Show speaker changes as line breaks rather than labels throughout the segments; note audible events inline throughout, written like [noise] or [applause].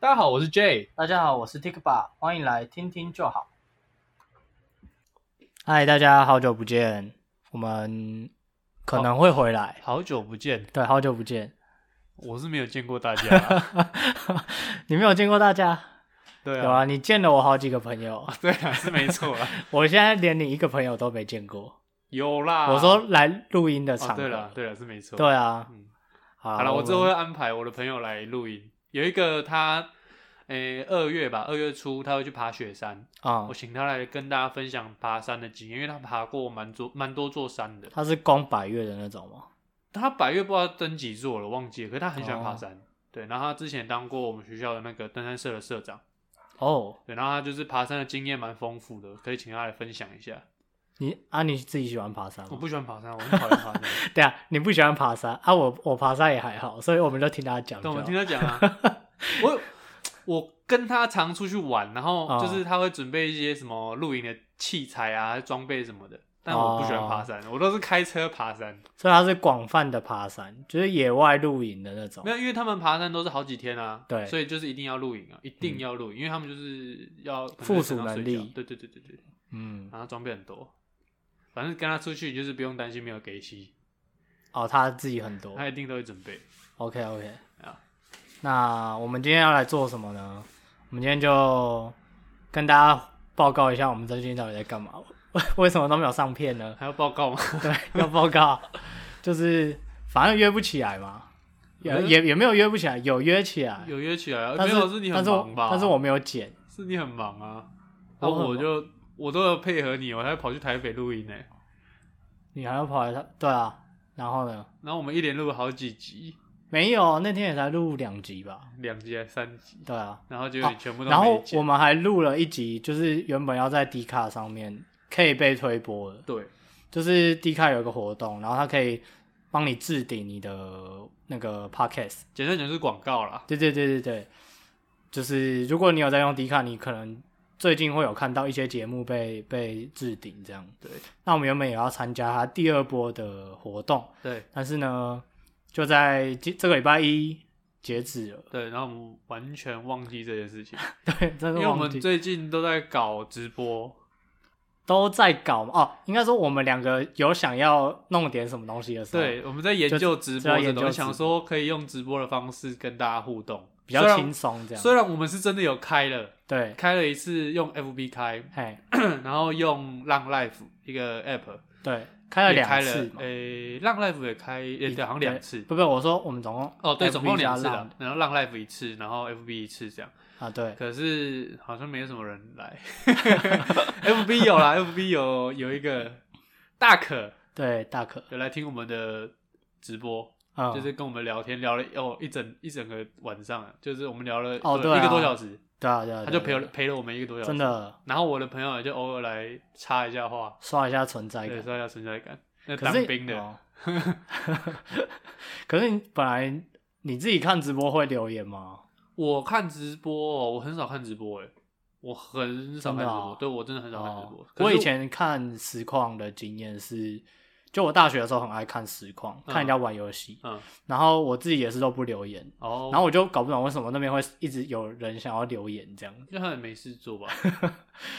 大家好，我是 J。
大家好，我是 Tikba，欢迎来听听就好。
嗨，大家好久不见，我们可能会回来。
好久不见，
对，好久不见，
我是没有见过大家
[laughs]
啊。
你没有见过大家？
对
有
啊，
啊，你见了我好几个朋友，
对啊，是没错
[laughs]
啊。
我现在连你一个朋友都没见过。
有啦，
我说来录音的场
啊
合，
哦，对了，对了，是没错。
对啊，
嗯
好
好了，我
们
之后会安排我的朋友来录音。有一个他，诶，二月吧，二月初他会去爬雪山，
啊
我，请他来跟大家分享爬山的经验，因为他爬过蛮多蛮多座山的。
他是光百月的那种吗？
他百月不知道登几座了，忘记了，可是他很喜欢爬
哦
山。对，然后他之前当过我们学校的那个登山社的社长。
哦，
对，然后他就是爬山的经验蛮丰富的，可以请他来分享一下。
你啊，你自己喜欢爬山
我
吗？
不喜欢爬山，我很讨厌爬山。
对啊，你不喜欢爬山啊？我我爬山也还好，所以我们就听他讲就
但我
好。
们听他讲啊，我我跟他常出去玩，然
哦
后就是他会准备一些什么露营的器材啊、装备什么的。但我不喜
哦
欢爬山，我都是开车爬山。
所以他是广泛的爬山，就是野外露营的那种
没。有，因为他们爬山都是好几天啊，
对嗯
所以就是一定要露营啊，一定要露营，因为他们就是要
附属
可能
能
睡觉
力
对对对对对，
嗯，
然后装备很多，反正跟他出去就是不用担心没有给息，
哦，他自己很多。
他一定都会准备。
OK OK，
啊
那我们今天要来做什么呢？我们今天就跟大家报告一下我们最近到底在干嘛， [laughs] 为什么都没有上片呢？ [laughs]
还要报告吗？
对，要报告，就是反正约不起来嘛，也
嗯
也也没有约不起来，有约起来，
有约起来啊，
哎但
没
是
有是你很
但是我
忙吧？
但是我没有剪，
是你很忙啊，然
我
后
很
我
忙
就我都有配合你，我还跑去台北录音呢。
你还要跑来他，对啊，然后呢？
然后我们一连录了好几集，
没有，啊那天也才录两集吧，
两集还是三集，
对啊，
然后结
哦
果你全部都
然
没
后
剪。
我们还录了一集，就是原本要在 D 卡上面可以被推播的，
对，
就是低卡有一个活动，然后它可以帮你置顶你的那个 podcast。
简单讲就是广告啦。
对对对对对，就是如果你有在用低卡，你可能最近会有看到一些节目被被置顶这样。 [laughs]
对
那我们原本也要参加它第二波的活动，
对
但是呢，就在这这个礼拜一截止了。
对，然后我们完全忘记这件事情，
对，真
因
的
为我
忘
们
记哦
最近都在搞直播，
都在搞嘛哦，应该说我们两个有想要弄点什么东西的时候，
对，我们在研
就
究直
就要
播这
研究
种，
直
想
播
说可以用直播的方式跟大家互动，
比较轻松
虽然
这样。
虽然我们是真的有开了，
对，
开了一次用 FB 开，
嘿，
然后用浪 Life 一个 App，
对，开了
也开
两
了
次嘛，
诶、浪 Life 也开，也
一
对，好像
对
两次。
不不，我说我们总共
哦，对，
FB
总共两
加
次啦
浪。
然后浪 Life 一次，然后 FB 一次这样。
啊，对，
可是好像没什么人
[laughs]
来。FB 有啦，FB 有有一个大可
对大可，
有来听我们的直播，
嗯，
就是跟我们聊天，聊了哦一整一整个晚上啊，就是我们聊了
哦对啊
一个多小时，
对啊对啊，
他就陪
对啊
了陪了我们一个多小时。
真。的
然后我的朋友也就偶尔来插一下话，
刷一下存在
对，
感，
说一下存在感。那
可
当
是你
兵的，
哦 [laughs] 可是你本来你自己看直播会留言吗？
我看直播、哦，我很少看直播、欸，我很少看直
真的
播，
哦
对我真的很少看直播。
哦
可
我
是
以前看实况的经验是，就我大学的时候很爱看实况，看人家玩游戏，
嗯，
然后我自己也是都不留言，
哦，
然后我就搞不懂为什么那边会一直有人想要留言这样。
因为他也没事做
[laughs]
吧。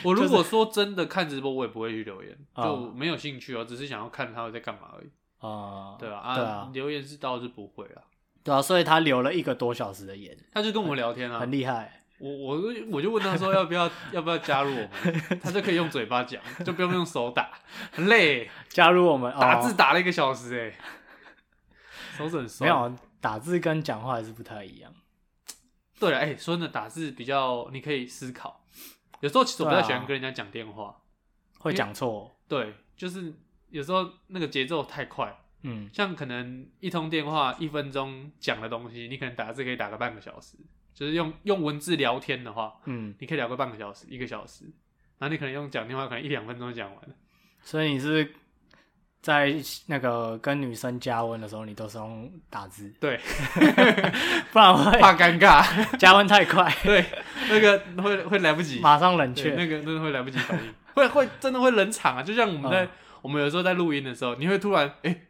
我如果说真的看直播，我也不会去留言，
哦
就没有兴趣哦，只是想要看他在干嘛而已。
啊、
对啊，
对啊，
留言是倒是不会啊，
对啊，所以他留了一个多小时的言，
他就跟我们聊天啊
很。厉害。
我我我就问他说要不
[laughs]
要要不要加入我们，他就可以用嘴巴讲，就不用用手打，很累，欸
加入我们
打
哦
字打了一个小时哎、手指很酸。
没有打字跟讲话还是不太一样。
对了，哎、说真的，打字比较你可以思考。有时候其实我不太喜欢跟人家讲电话，
会讲错。
对,、就是有时候那个节奏太快，
嗯，
像可能一通电话一分钟讲的东西，你可能打字可以打个半个小时，就是用用文字聊天的话，
嗯，
你可以聊个半个小时、一个小时，然后你可能用讲电话，可能一两分钟就讲完了。
所以你是不是在那个跟女生加温的时候，你都是用打字，
对，
不然会
怕尴尬， [laughs]
加温太快，
对， [laughs] 那个会会来不及，
马上冷
对，
却。
那个 [laughs] 真的会来不及反应，会会真的会冷场啊！就像我们在、
嗯
我们有时候在录音的时候，你会突然哎、诶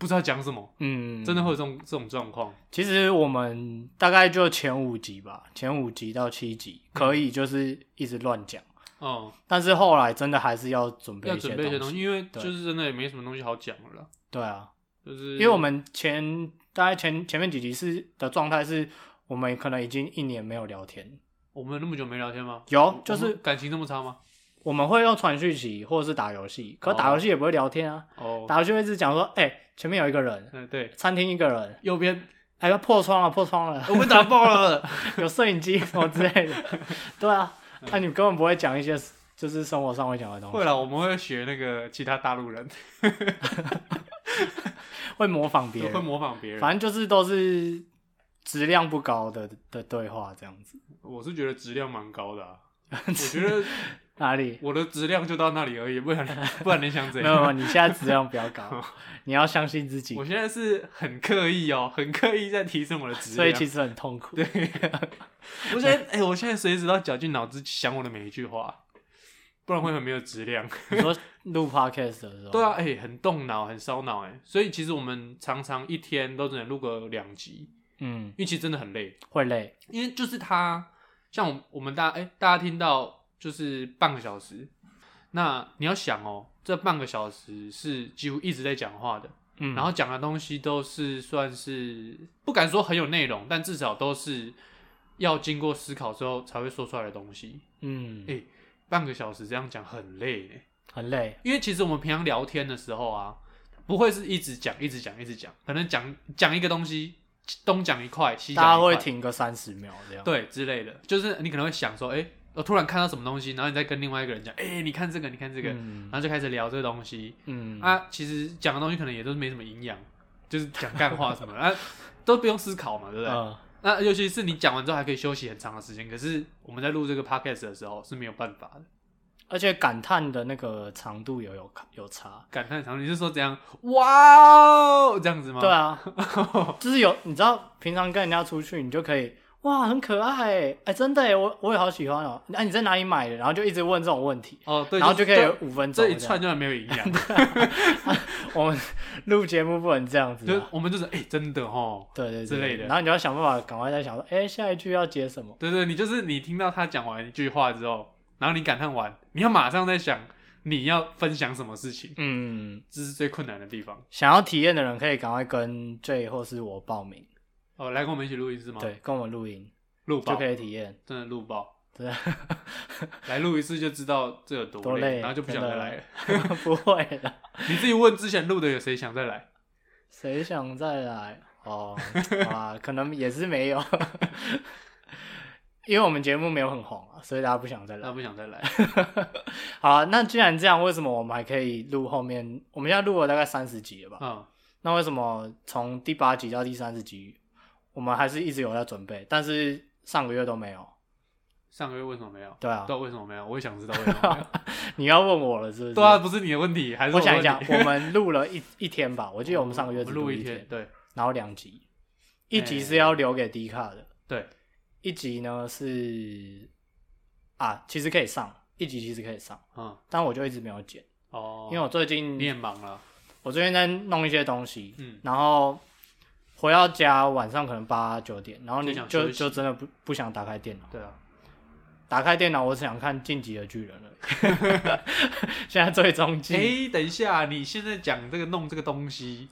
不知道讲什么，
嗯，
真的会有这种这种状况。
其实我们大概就前五集吧，前五集到七集
嗯
可以就是一直乱讲，
哦、
但是后来真的还是要准备
要
一些
准备一些
东
东
西。
西，因为
对
就是真的也没什么东西好讲了啦，
对啊，
就是
因为我们前大概前前面几集是的状态是，我们可能已经一年没有聊天，
我们有那么久没聊天吗？
有就是
我们感情这么差吗？
我们会用传讯息或者是打游戏，可打游戏也不会聊天啊，
哦，
打游戏会一直讲说，哎、前面有一个人，
嗯，对，
餐厅一个人，
右边
哎、要破窗了，破窗了，
我们打爆了，
[laughs] 有摄影机什么之类
[laughs]
的，对啊，那、你根本不会讲一些就是生活上会讲的东
嗯
西，
会了，我们会学那个其他大陆人，
会模仿别
会
人，
模仿别人。
反正就是都是质量不高的的对话这样子，
我是觉得质量蛮高的、啊，我觉得
哪里？
我的质量就到那里而已，不然不然你想怎
没有，没有
样？
你现在质量比
[laughs]
较高，你要相信自己
我，现在是很刻意哦，很刻意在提升我的质
所以
量。
其实很痛苦。
我现在
[laughs]
哎、我现在随时都要绞尽脑汁想我的每一句话，不然会很没有质量。
你说录 podcast 的时候，
对啊，哎、很动脑，很烧脑，哎，所以其实我们常常一天都只能录个两集，
嗯，
因为其实真的很累，
会累，
因为就是它，像我我们大哎、大家听到就是半个小时，那你要想哦，这半个小时是几乎一直在讲话的，
嗯，
然后讲的东西都是算是不敢说很有内容，但至少都是要经过思考之后才会说出来的东西。
嗯
哎，半个小时这样讲很累耶，
很累，
因为其实我们平常聊天的时候啊，不会是一直讲、一直讲、一直讲，可能讲讲一个东西，东讲一块，西
大
讲一块
家会停个三十秒这样。，
对之类的，就是你可能会想说，哎、我突然看到什么东西，然后你再跟另外一个人讲，哎、你看这个，你看这个，
嗯
然后就开始聊这个东西，
嗯
啊，其实讲的东西可能也都是没什么营养，就是讲干话什么的， [laughs] 啊，都不用思考嘛，对不对？
嗯
那、尤其是你讲完之后还可以休息很长的时间，可是我们在录这个 podcast 的时候是没有办法的。
而且感叹的那个长度有有有差。
感叹长，你是说怎样？哇哦，这样子吗？
对啊，
[laughs]
就是有你知道，平常跟人家出去，你就可以哇，很可爱欸，哎，真的欸，我我也好喜欢哦。哎，你在哪里买的？然后就一直问这种问题，
哦，对，
然后
就
就可以有五分钟
这一
这样。
串就很没有营
[laughs]
养，
我们 [laughs] 录节目不能这样子
就
啊，
我们就是哎、真的哦，
对对对
之类的
然后你就要想办法赶快再想说，哎，下一句要接什么？
对对，你就是你听到他讲完一句话之后，然后你感叹完，你要马上在想你要分享什么事情，
嗯，
这是最困难的地方。
想要体验的人可以赶快跟 J 或是我报名，
哦，来跟我们一起录一次吗？，
对，跟我们录音
录
就
爆，
可以体验。
真的录爆，
真的 [laughs]
来录一次就知道这有多
多累啊
然后就不想再来了。
[laughs] 不会的，
你自己问之前录的有谁想再来？
谁想再来？哦，啊，可能也是没有， [laughs] 因为我们节目没有很红啊，所以大家不想再
他
来。
不想再来，
[laughs] 好啊、那既然这样，为什么我们还可以录后面？我们现在录了大概三十集了吧？
嗯，
那为什么从第八集到第三十集，我们还是一直有在准备，但是上个月都没有？
上个月为什么没有？
对啊
不知，道为什么没有，我也想知道为什么
[laughs]
没有。
你要问我了是不是？
对啊，，不是你的问题，还是
我
的
想一想
问，题
我们录了一一天吧，我记得我们上个月
我
只
们录
一
天，，哎对
然后两集，一集是要留给迪卡的，
对，
一集呢是啊，其实可以上，一集其实可以上，
嗯，
但我就一直没有剪，
哦，
因为我最近
你也忙了，
我最近在弄一些东西，
嗯
然后回到家晚上可能八九点，然后你
就想
就
休息
就真的不不想打开电脑，
对啊，
打开电脑我只想看《晋级的巨人》了，
[laughs]
现在最终季、
哎，等一下，你现在讲这个弄这个东西，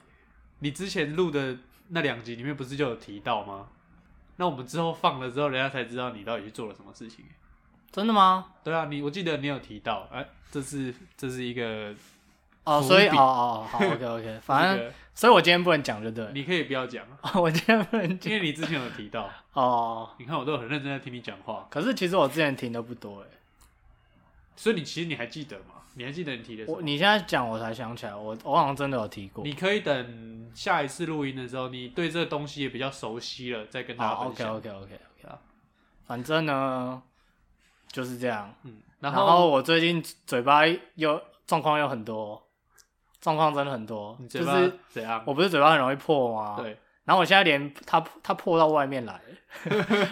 你之前录的那两集里面不是就有提到吗？那我们之后放了之后，人家才知道你到底去做了什么事情。
真的吗？
对啊，你我记得你有提到，哎、这是这是一个
哦，
伏
所以哦
笔
哦哦好，OK OK，
[laughs]
反正
这
所以我今天不能讲就对
个
了，哦
你可以不要讲，
我今天不能
因
讲
为你之前有提到，
哦。
你看我都很认真在听你讲话，
可是其实我之前听的不多哎，
所以你其实你还记得吗？你还记得你提的什
我
么？
你现在讲我才想起来，我我好像真的有提过。
你可以等下一次录音的时候，你对这个东西也比较熟悉了，再跟大家分
好，OK
享。
OK OK OK，反正呢就是这样。
嗯，
然
然后
我最近嘴巴又状况又很多，状况真的很多
你，嘴
就
巴
是
怎样？
我不是嘴巴很容易破吗？。
对，
然后我现在连它它破到
[laughs]
外面来，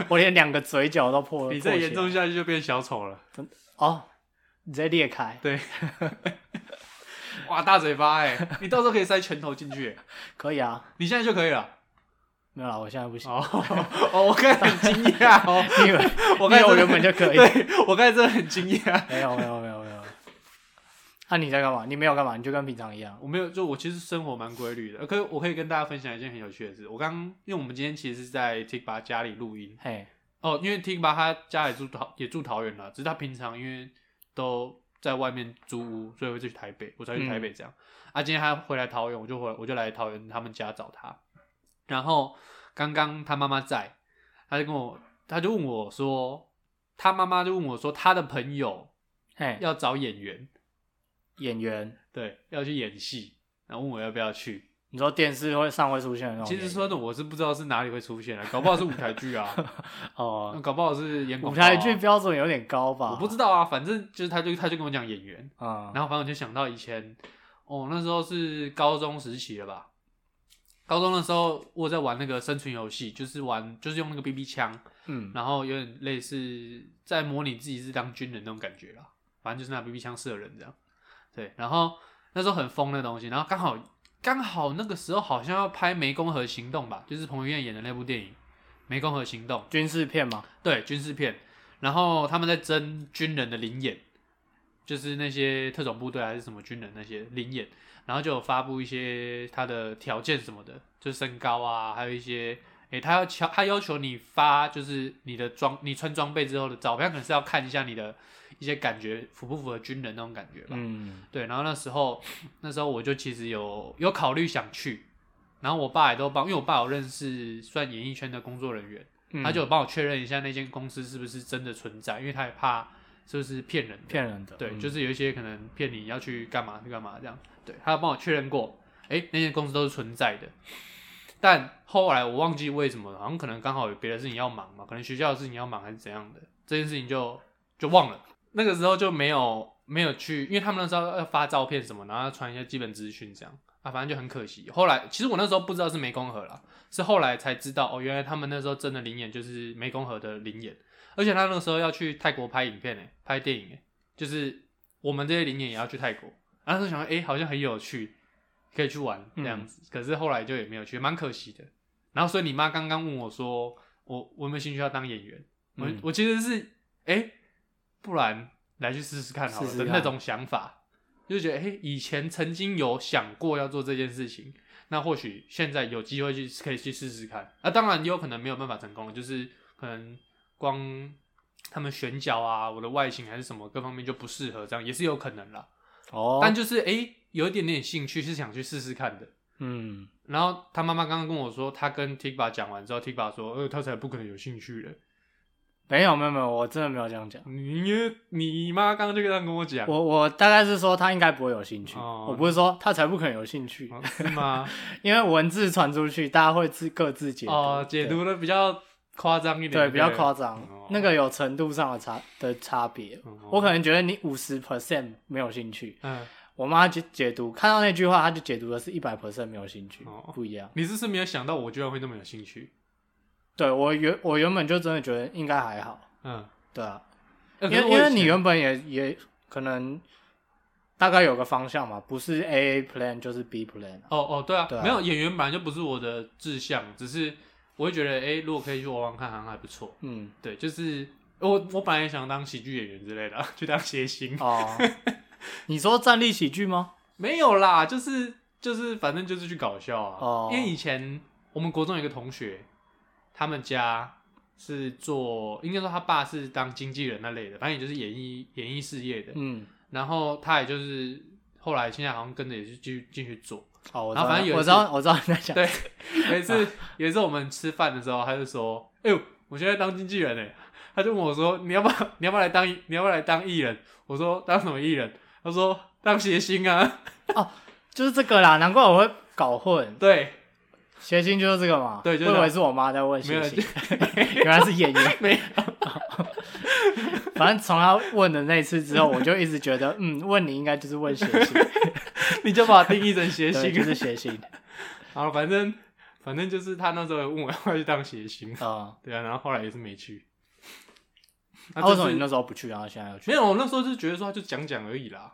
我连两个嘴角都破了。
你再
破起来
严重下去就变小丑了。
哦，你直接裂开。
对，哇，大嘴巴哎、你到时候可以塞拳头进去欸、
可以啊，
你现在就可以了。
没有啦，我现在不行。
哦 [laughs] 哦，我刚才很惊讶
[laughs]
哦，
你以为
[laughs] 我刚才
你以为
真
我
的 [laughs]
原本就可以
对我刚才真的很惊讶。
没有没有没有没有。那、你在干嘛？你没有干嘛，你就跟平常一样。
我没有，就我其实生活蛮规律的，呃可是我可以跟大家分享一件很有趣的事。我刚因为我们今天其实是在 Tik 爸家里录音
嘿，
哦，因为 Tik 爸他家里住桃也住桃园啦，只是他平常因为都在外面租屋，所以会去台北，我才去台北这样。啊，今天他回来桃园，我就回我就来桃园他们家找他。然后刚刚他妈妈在，他就跟我他就问我说，他妈妈就问我说，他的朋友
嘿，
要找演员，
演员，
对，要去演戏，然后问我要不要去。
你说电视会上会出现的那种
其
演
实
员。
说的我是不知道是哪里会出现的，搞不好是舞台剧
[laughs]
啊，
哦，
搞不好是演广
舞
告啊
台剧标准有点高吧？
我不知道啊，反正就是他就他就跟我讲演员，
啊。
然后反正我就想到以前，哦那时候是高中时期了吧，高中的时候我在玩那个生存游戏，就是玩就是用那个 BB 枪，
嗯，
然后有点类似在模拟自己是当军人那种感觉啦，反正就是拿 BB 枪射人这样。对，然后那时候很疯的东西，然后刚好刚好那个时候好像要拍《湄公河行动》吧，就是彭于晏演的那部电影《湄公河行动》，
军事片嘛，
对，军事片。然后他们在争军人的领演，就是那些特种部队还是什么军人那些领演，然后就有发布一些他的条件什么的，就是身高啊，还有一些，诶，他要求他要求你发就是你的装，你穿装备之后的照片，可能是要看一下你的一些感觉符不符合军人那种感觉吧。
嗯，
对，然后那时候那时候我就其实有有考虑想去，然后我爸也都帮，因为我爸有认识算演艺圈的工作人员，
嗯
他就有帮我确认一下那间公司是不是真的存在，因为他也怕是不是骗人的。
骗人的，
对，
嗯
就是有一些可能骗你要去干嘛去干嘛这样。对，他有帮我确认过，诶，那间公司都是存在的。但后来我忘记为什么了，好像可能刚好有别的事情要忙嘛，可能学校的事情要忙还是怎样的，这件事情就就忘了。那个时候就没有没有去，因为他们那时候要发照片什么，然后要传一些基本资讯这样啊，反正就很可惜。后来其实我那时候不知道是湄公河啦，是后来才知道哦，原来他们那时候真的灵眼就是湄公河的灵眼，而且他那个时候要去泰国拍影片诶、欸拍电影诶、就是我们这些灵眼也要去泰国，啊然后就想说诶、好像很有趣，可以去玩这样子。可是后来就也没有去，蛮可惜的。然后所以你妈刚刚问我说，我我有没有兴趣要当演员？我、
嗯
我其实是诶、不然来去试试看好了
试试
的
看
那种想法，就觉得诶、以前曾经有想过要做这件事情，那或许现在有机会去可以去试试看。啊，当然也有可能没有办法成功，就是可能光他们选角啊，我的外形还是什么各方面就不适合，这样也是有可能啦。
哦，
但就是诶、有一点点兴趣是想去试试看的。
嗯，
然后他妈妈刚刚跟我说，他跟 Tikba 讲完之后，Tikba 说：“呃，他才不可能有兴趣嘞。
没有没有没有，我真的没有这样讲。
你你妈刚刚就这样跟我讲，
我我大概是说他应该不会有兴趣，
哦
我不是说他才不可能有兴趣，
哦是吗？
因为文字传出去，大家会自各自 [laughs] 解读，
哦，解读的比较夸张一点，
对对比较夸张，
哦
那个有程度上的差的差别。
张
我可能觉得你五十 percent 没有兴趣，
哦嗯，
我妈解解读看到那句话，她就解读的是一百 percent 没有兴趣
哦，
不一样。
你是不是没有想到我居然会那么有兴趣？
对我原我原本就真的觉得应该还好，
嗯，
对啊，
呃
因
可是
为
我以
因为
前
你原本也也可能大概有个方向嘛，不是 A A plan 就是 B plan 啊。
哦哦，对啊，
对啊
没有演员本来就不是我的志向，只是我会觉得，哎、如果可以去玩玩看，好像还不错。
嗯，
对，就是我我本来也想当喜剧演员之类的， [laughs] 去当谐星。 [laughs]
哦，你说站立喜剧吗？
没有啦，就是就是，反正就是去搞笑啊。
哦
因为以前我们国中有一个同学，他们家是做，应该说他爸是当经纪人那类的，反正也就是演艺演艺事业的。
嗯，
然后他也就是后来现在好像跟着也是继续进去做。
哦，我知
然后啊
道，
反正有一
我知道，我知道你在讲。
对，有一次有一次我们吃饭的时候，他就说：“哎呦，我现在当经纪人呢。”他就问我说：“你要不要你要不要来当你要不要来当艺人？”我说：“当什么艺人？”他说：“当谐星啊。
就是这个啦，难怪我会搞混”。
对，
谐星就是这个嘛，
对就是
我以为是我妈在问
没
谐
有
星，原来是演员。
没有
反正从她问的那次之后，我就一直觉得，嗯，问你应该就是问谐星，
你就把它定义成谐
对，就
星。
是谐星。
好，反正反正就是他那时候有问我要不要去当谐星， [laughs]
嗯，
对啊，然后后来也是没去。
那、
啊
哦为什么你
就是
那时候不去，然后现在又去？
没有，我那时候就觉得说他就讲讲而已啦，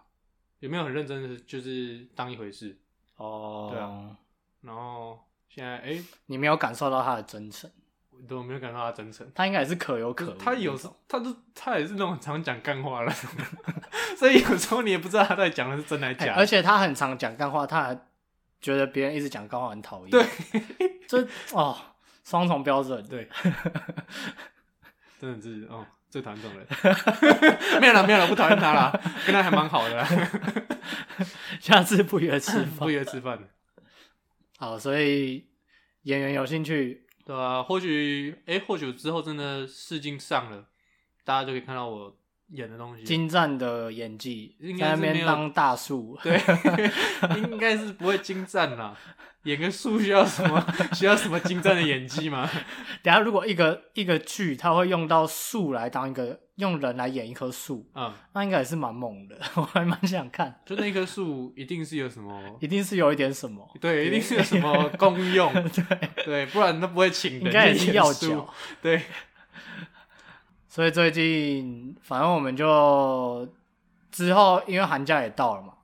也没有很认真的就是当一回事。
哦，
对啊，然后现在哎、
你没有感受到他的真诚，
我都没有感到他真诚。
他应该也是可有可
可
无。
他有时，他就他也是那种很常讲干话的那种， [laughs] 所以有时候你也不知道他在讲的是真还是
哎
假的。
而且他很常讲干话，他还觉得别人一直讲干话很讨厌。
对，
这哦，双重标准。
对，真的是哦，最讨厌这种人。没 [laughs] 有了，没有了，不讨厌他啦，跟他还蛮好的啦，
下次不约吃
不 [laughs]
饭。
约吃饭。
好，所以演员有兴趣，
对啊，或许哎、或许之后真的试镜上了，大家就可以看到我演的东西。
精湛的演技
应，该
在
是
那
没有
边当大树。
对， [laughs] 应该是不会精湛啦。演个树需要什么？需要什么精湛的演技吗？
[laughs] 等一下如果一个一个剧，他会用到树来当一个用人来演一棵树，
嗯，
那应该也是蛮猛的， [laughs] 我还蛮想看，
就那棵树一定是有什么
一定是有一点什么。 [laughs]
对，一定是有什么功用，
对，
对，不然他不会请人。
应该也是要
书
角。
对，
所以最近，反正我们就之后，因为寒假也到了嘛，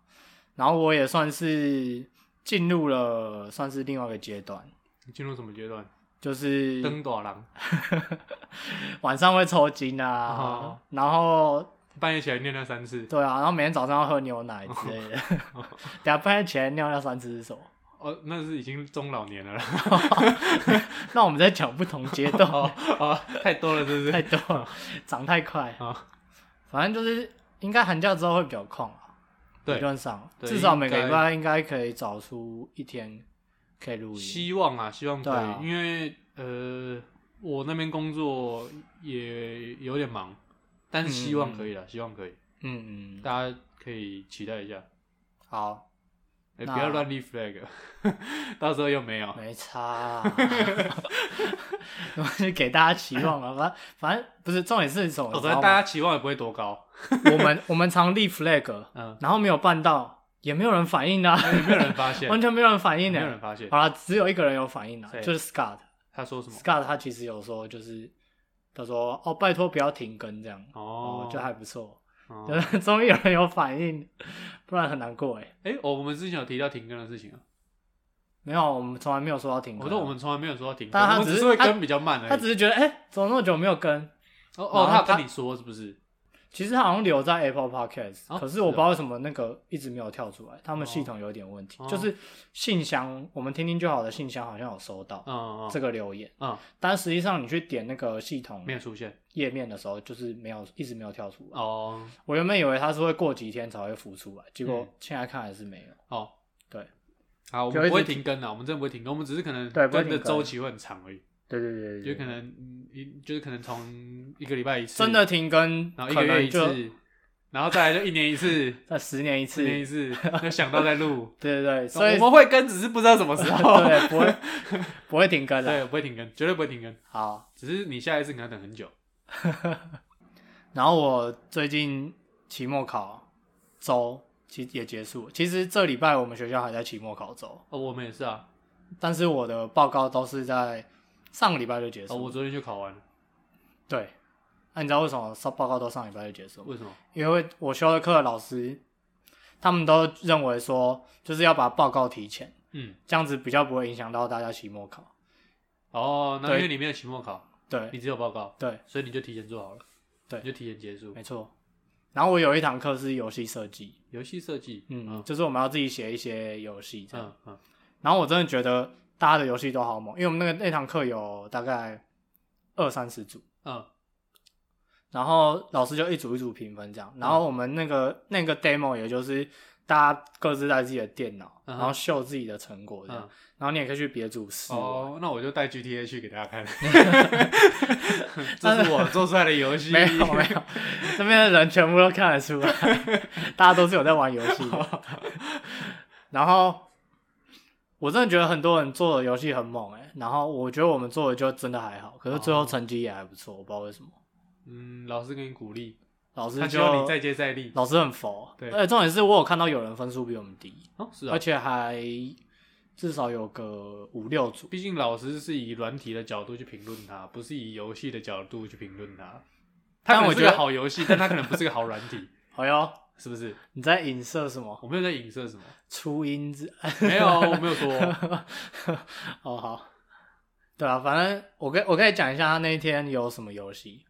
然后我也算是进入了算是另外一个阶段，
你进入什么阶段？
就是
登短廊，
晚上会抽筋啊，
哦
然后
半夜起来念了三次。
对啊，然后每天早上要喝牛奶之类的。 [laughs] 等下半夜起来尿尿三次是什么？
哦，那是已经中老年了啦。
那我们在讲不同阶段，
哦哦，太多了，是不
[laughs] 太
是？
多了，长太快。
哦
反正就是应该寒假之后会比较空啊，理
对，
论上
对
至少每个
应该
礼拜应该可以找出一天可以录音。
希望啊，希望可
对啊
以，因为呃，我那边工作也有点忙，但是希望可以了，希望可以，
嗯嗯，
大家可以期待一下。
好，
哎，
那
不要乱立 flag，到时候又没有。
没差、啊。 [laughs] 我就给大家期望啊，反反正不是重点是什么？
哦，
你知
反正
道
大
吗
家期望也不会多高。
我们我们常立 flag，
嗯，
然后没有办到，也没有人反应
[laughs]
啊，
有没有人发
[laughs]
现？
完全没有人反应
没
呢、
有人发现。
好了，只有一个人有反应啊，
谁
就是 Scott。
他说什么？
Scott 他其实有说，就是他说哦，拜托不要停更这样，
哦，
就还不错， [laughs]
哦
就是终于有人有反应，不然很难过哎。
哎、哦，我们之前有提到停更的事情啊，
没有，我们从来没有说要停更啊。
我说我们从来没有说要停更，
但他
我们
只
只
是
是会
他
跟比较慢而已。
他只是觉得哎、怎么那么久没有更？
哦
然
哦，
后
他有
他
跟你说是不是？
其实好像留在 Apple Podcast，、
哦
可是
是哦
我不知道为什么那个一直没有跳出来，他们系统有点问题，
哦
就是信箱，我们听听就好的信箱好像有收到
嗯嗯
这个留言，
嗯，
但实际上你去点那个系统
没有出现
页面的时候，就是没有一直没有跳出来。
哦
我原本以为它是会过几天才会浮出来，结果
嗯
现在看还是没有。
哦，
对，
好，我
就
们
一
不会
直
停更的，我们真的不会停更，我们只是可能
对不会
跟的
停更
周期会很长而已，
对对对
就可能嗯一就是可能从一个礼拜一次，
真的，停更，
然后一
可
个月
能
一
就
次，然后再来就一年一
[laughs]
次，
在十年一次
四。年一次，就想到再录，
对对对，
我
[laughs] 所以
们会跟，只是不知道什么时候，
[laughs] 对不会不会停更
[laughs]
的。
对，不会停更，绝对不会停更，
好，
只是你下一次可能要等很久。
然后我最近期末考周其也结束了，其实这礼拜我们学校还在期末考周，
哦，我们也是啊，
但是我的报告都是在上个礼拜就结
哦，
束
我
了。
昨天就考完了，
对，那、你知道为什么上报告都上礼拜就结束吗？
为什么？
因为我修的课的老师他们都认为说，就是要把报告提前，
嗯，
这样子比较不会影响到大家期末考。
哦，那
对
因为你没有期末考，
对
你只有报告，
对，
所以你就提前做好了，
对
你就提前结束。
没错。然后我有一堂课是游戏设计，
游戏设计，
嗯，就是我们要自己写一些游戏这样。
嗯嗯，
然后我真的觉得大家的游戏都好猛，因为我们那个那堂课有大概二三十组，
嗯，
然后老师就一组一组评分这样，
嗯
然后我们那个、那个 demo 也就是大家各自带自己的电脑，
嗯哼
然后秀自己的成果这样，
嗯
然后你也可以去别组试玩。
哦，那我就带 GTA 去给大家
[laughs]
看，这是我做出来的游戏，
[laughs] 没有没有，这边的人全部都看得
[laughs]
出来，大家都是有在玩游戏
哦
的。然后我真的觉得很多人做的游戏很猛哎、然后我觉得我们做的就真的还好，可是最后成绩也还不错，我不知道为什么。
嗯，老师给你鼓励，
老师
他希
就
望你再接再厉。
老师很佛，
对
而且重点是我有看到有人分数比我们低，
哦，是
而
啊，
且还至少有个五六组。
毕竟老师是以软体的角度去评论它，不是以游戏的角度去评论它。它
但
可能
我
是
觉得
个好游戏，但它可能不是个好软体。
哎呦，
是不是？
你在影射什么？
我没有在影射
[laughs]
什么，
初音字？
没有，我没有说。
哦好，对啊，反正我跟我可以讲一下他那一天有什么游戏。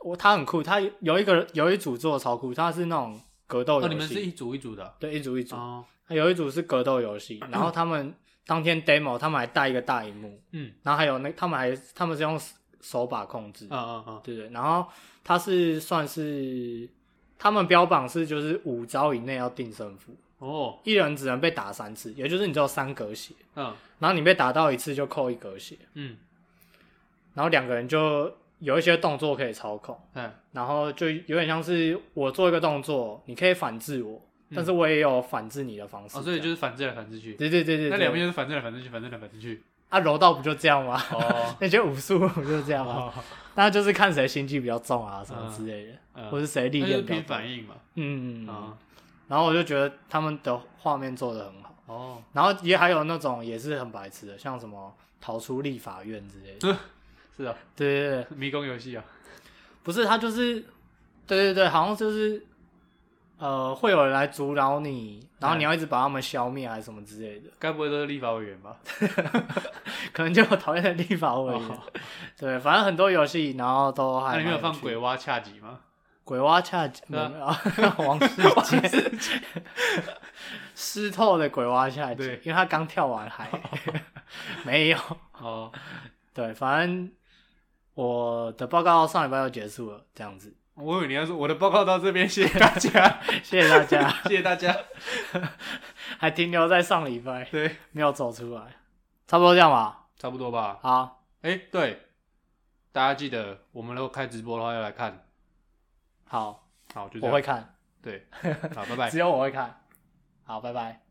我他很酷，他有一个有一组做的超酷，他是那种格斗游戏、
哦，你们是一组一组的
对一组一组，
哦，
有一组是格斗游戏，然后他们当天 demo 他们还带一个大荧幕，
嗯，
然后还有那他们还他们是用手把控制，
嗯嗯嗯，
对对，然后他是算是他们标榜是就是五招以内要定胜负，
哦，
一人只能被打三次，也就是你只有三格血，
嗯
然后你被打到一次就扣一格血，
嗯
然后两个人就有一些动作可以操控，
嗯
然后就有点像是我做一个动作，你可以反制我，但是我也有反制你的方
嗯
式，
哦，所以
这
就
样
是反制来反制去，
对对对对，
那
对
两边就是反制来反制去，反制来反制
[laughs]
去。
啊柔道不就这样吗？
哦，
那些武术不就这样吗？那就是看谁心机比较重啊，什么
嗯
之类的，
嗯
或是谁历
那就是
练比较
凭
多
反应嘛。
嗯，
啊，
然后我就觉得他们的画面做的很好，
哦，
然后也还有那种也是很白痴的，像什么逃出立法院之类的。
是啊，
对对对，
迷宫游戏啊。
不是他就是，对对对，好像就是，呃，会有人来阻挠你，然
嗯
后你要一直把他们消灭还是什么之类的， [laughs]
该不会都是立法委员吧？
可能就有讨厌的立法委员。
哦
[laughs] 对，反正很多游戏，然后都
那啊
还蛮
你没有放
趣
鬼蛙恰吉
[laughs]
吗？
鬼蛙恰吉，没
对啊
有 [laughs] 王
[laughs]
世杰， [laughs] 湿透的鬼蛙恰吉，
对
因为他刚跳完海， [laughs] 没有。
哦，
对，反正我的报告上礼拜就结束了，这样子，
我以为你要说我的报告到这边，谢谢大家，
[laughs] 谢谢大家，
[laughs] 谢谢大家。
还停留在上礼拜，
对，
没有走出来，差不多这样吧。
差不多吧。
好，
哎、对，大家记得我们如果开直播的话要来看。
好，
好，就这
我
样。
会看，
对，好，拜拜
只。有我会看。好，拜拜。